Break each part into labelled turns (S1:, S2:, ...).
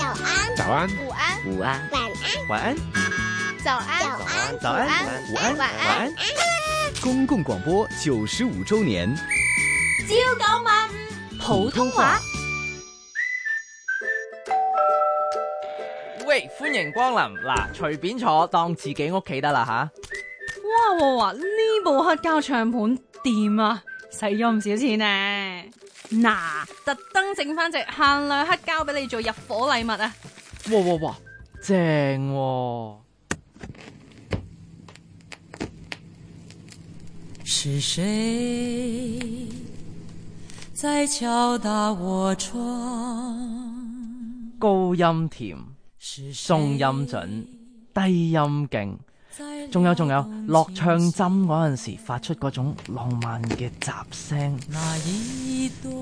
S1: 安，
S2: 午安，
S3: 午
S4: 啊
S3: 安，
S5: 晚安，
S3: 晚安，
S2: 早安，
S5: 早安
S3: 早安，午安，
S2: 晚安
S3: 晚安。公共广播九十五周年，
S2: 朝九晚五，普通话。
S4: 喂，歡迎光臨，嗱，隨便坐，當自己屋企得啦吓。
S6: 哇哇哇！啊呢部黑膠唱盤掂啊，使咗唔少錢呢。嗱，特登整翻隻限量黑膠俾你做入伙禮物啊！
S4: 哇哇哇，正喎、
S7: 是谁在敲打我窗？
S4: 高音甜，
S7: 是谁
S4: 中音準，低音勁，
S7: 在
S4: 仲有仲有
S7: 撩动
S4: 落
S7: 琴弦
S4: 唱針嗰陣時發出嗰種浪漫嘅雜聲。
S7: 那一段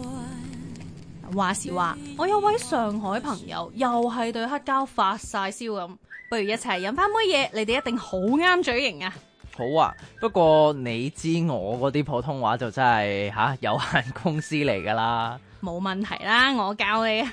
S6: 話時話，我有位上海朋友又係對黑膠發晒燒咁，不如一齊飲翻杯嘢，你哋一定好啱嘴型啊！
S4: 好啊，不過你知我嗰啲普通話就真係吓、有限公司嚟㗎啦。
S6: 冇問題啦，我教你啊！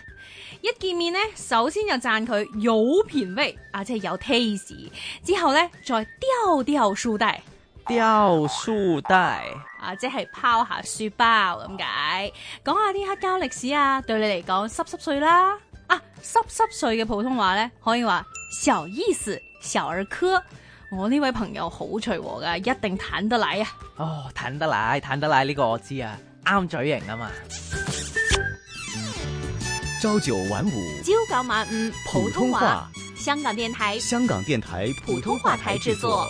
S6: 一見面呢，首先就讚佢有品味，啊即係有 taste，之後呢，再掉掉書袋。
S4: 雕塑帶，
S6: 啊，即係拋下書包咁解，講下啲黑膠歷史啊，對你嚟講濕濕碎啦。啊，濕濕碎嘅普通話呢，可以話小意思、小兒科。我呢位朋友好隨和噶，一定坦得嚟啊！
S4: 哦，坦得奶，坦得奶呢個我知啊，啱嘴型啊嘛。
S3: 朝九晚五，
S6: 朝九晚五，普通話，香港電台
S3: 香港电台普通话台制作。